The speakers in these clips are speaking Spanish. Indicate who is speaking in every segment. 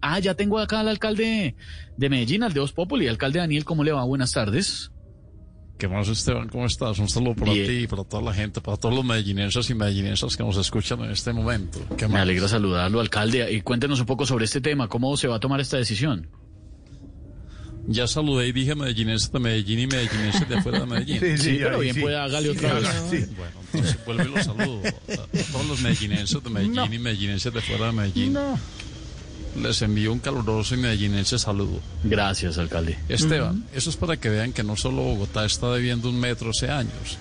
Speaker 1: Ah, ya tengo acá al alcalde de Medellín, al de Os Populi. Alcalde Daniel, ¿cómo le va? Buenas tardes.
Speaker 2: ¿Qué más, Esteban? ¿Cómo estás? Un saludo para
Speaker 1: Bien.
Speaker 2: ti y para toda la gente, para todos los medellinenses y medellinensas que nos escuchan en este momento. ¿Qué
Speaker 1: Me
Speaker 2: más?
Speaker 1: alegra saludarlo, alcalde. Y cuéntenos un poco sobre este tema. ¿Cómo se va a tomar esta decisión?
Speaker 2: Ya saludé y dije medellinenses de Medellín y medellinenses de afuera de Medellín.
Speaker 1: Sí, pero bien puede, hágale otra vez.
Speaker 2: Bueno, entonces vuelvo y los saludo. A todos los medellinenses de Medellín y medellinenses de fuera de Medellín. Les envío un caluroso y medellinense saludo.
Speaker 1: Gracias, alcalde.
Speaker 2: Esteban, eso es para que vean que no solo Bogotá está debiendo un metro hace años.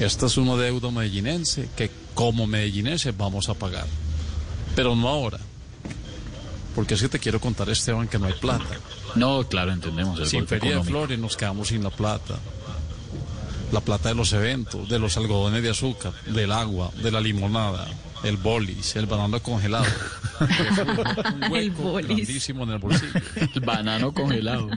Speaker 2: Esta es una deuda medellinense que como medellinenses vamos a pagar. Pero no ahora. Porque es que te quiero contar, Esteban, que no hay plata.
Speaker 1: No, claro, entendemos. El
Speaker 2: Sin
Speaker 1: golpe
Speaker 2: Feria de
Speaker 1: económico.
Speaker 2: Flores nos quedamos sin la plata. La plata de los eventos, de los algodones de azúcar, del agua, de la limonada, el bolis, el banano congelado. Un
Speaker 3: El
Speaker 2: hueco
Speaker 3: bolis.
Speaker 2: grandísimo en el bolsillo.
Speaker 1: El banano congelado.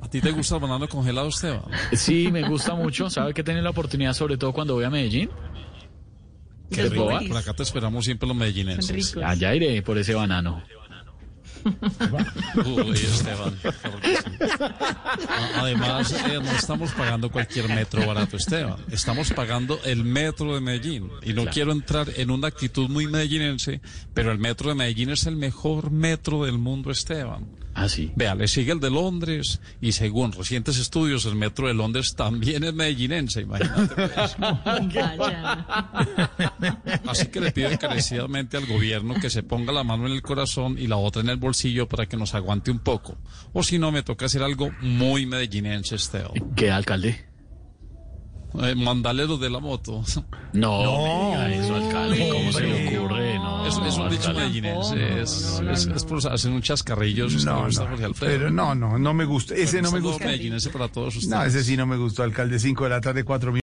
Speaker 2: ¿A ti te gusta el banano congelado, Esteban?
Speaker 1: Sí, me gusta mucho. ¿Sabe que tiene la oportunidad, sobre todo cuando voy a Medellín?
Speaker 2: Qué
Speaker 1: Los
Speaker 2: rico.
Speaker 1: bolis.
Speaker 2: Por acá te esperamos siempre los
Speaker 3: Son
Speaker 2: medellinenses.
Speaker 3: ricos.
Speaker 1: Allá iré por ese banano.
Speaker 2: Uy, Esteban. claro que sí. A- Además, eh, no estamos pagando cualquier metro barato, Esteban. Estamos pagando el metro de Medellín. Y no quiero entrar en una actitud muy medellinense, pero el metro de Medellín es el mejor metro del mundo, Esteban.
Speaker 1: Ah, sí.
Speaker 2: Vea, le sigue el de Londres y según recientes estudios, el metro de Londres también es medellinense, imagínate.
Speaker 3: Vaya.
Speaker 2: Así que le pido encarecidamente al gobierno que se ponga la mano en el corazón y la otra en el bolsillo para que nos aguante un poco. O si no, me toca hacer algo muy medellinense, Esteban.
Speaker 1: ¿Qué, alcalde?
Speaker 2: Eh, mandarle los de la moto.
Speaker 1: No, me diga eso, alcalde. ¿Cómo se le
Speaker 3: hombre.
Speaker 1: ocurre? No,
Speaker 2: Es, es un dicho
Speaker 1: alcalde.
Speaker 2: medellinense. Es,
Speaker 3: No, no,
Speaker 2: es-
Speaker 3: no.
Speaker 2: es por hacer un chascarrillo. si usted le
Speaker 4: No,
Speaker 2: gusta,
Speaker 4: no,
Speaker 2: Jorge Alfredo.
Speaker 4: pero no, no, no me gusta. Ese
Speaker 2: Un
Speaker 4: no me
Speaker 2: saludo
Speaker 4: gusta.
Speaker 2: medellinense para todos ustedes.
Speaker 4: No, ese sí no me gustó. Alcalde, 5 de la tarde, 4 minutos.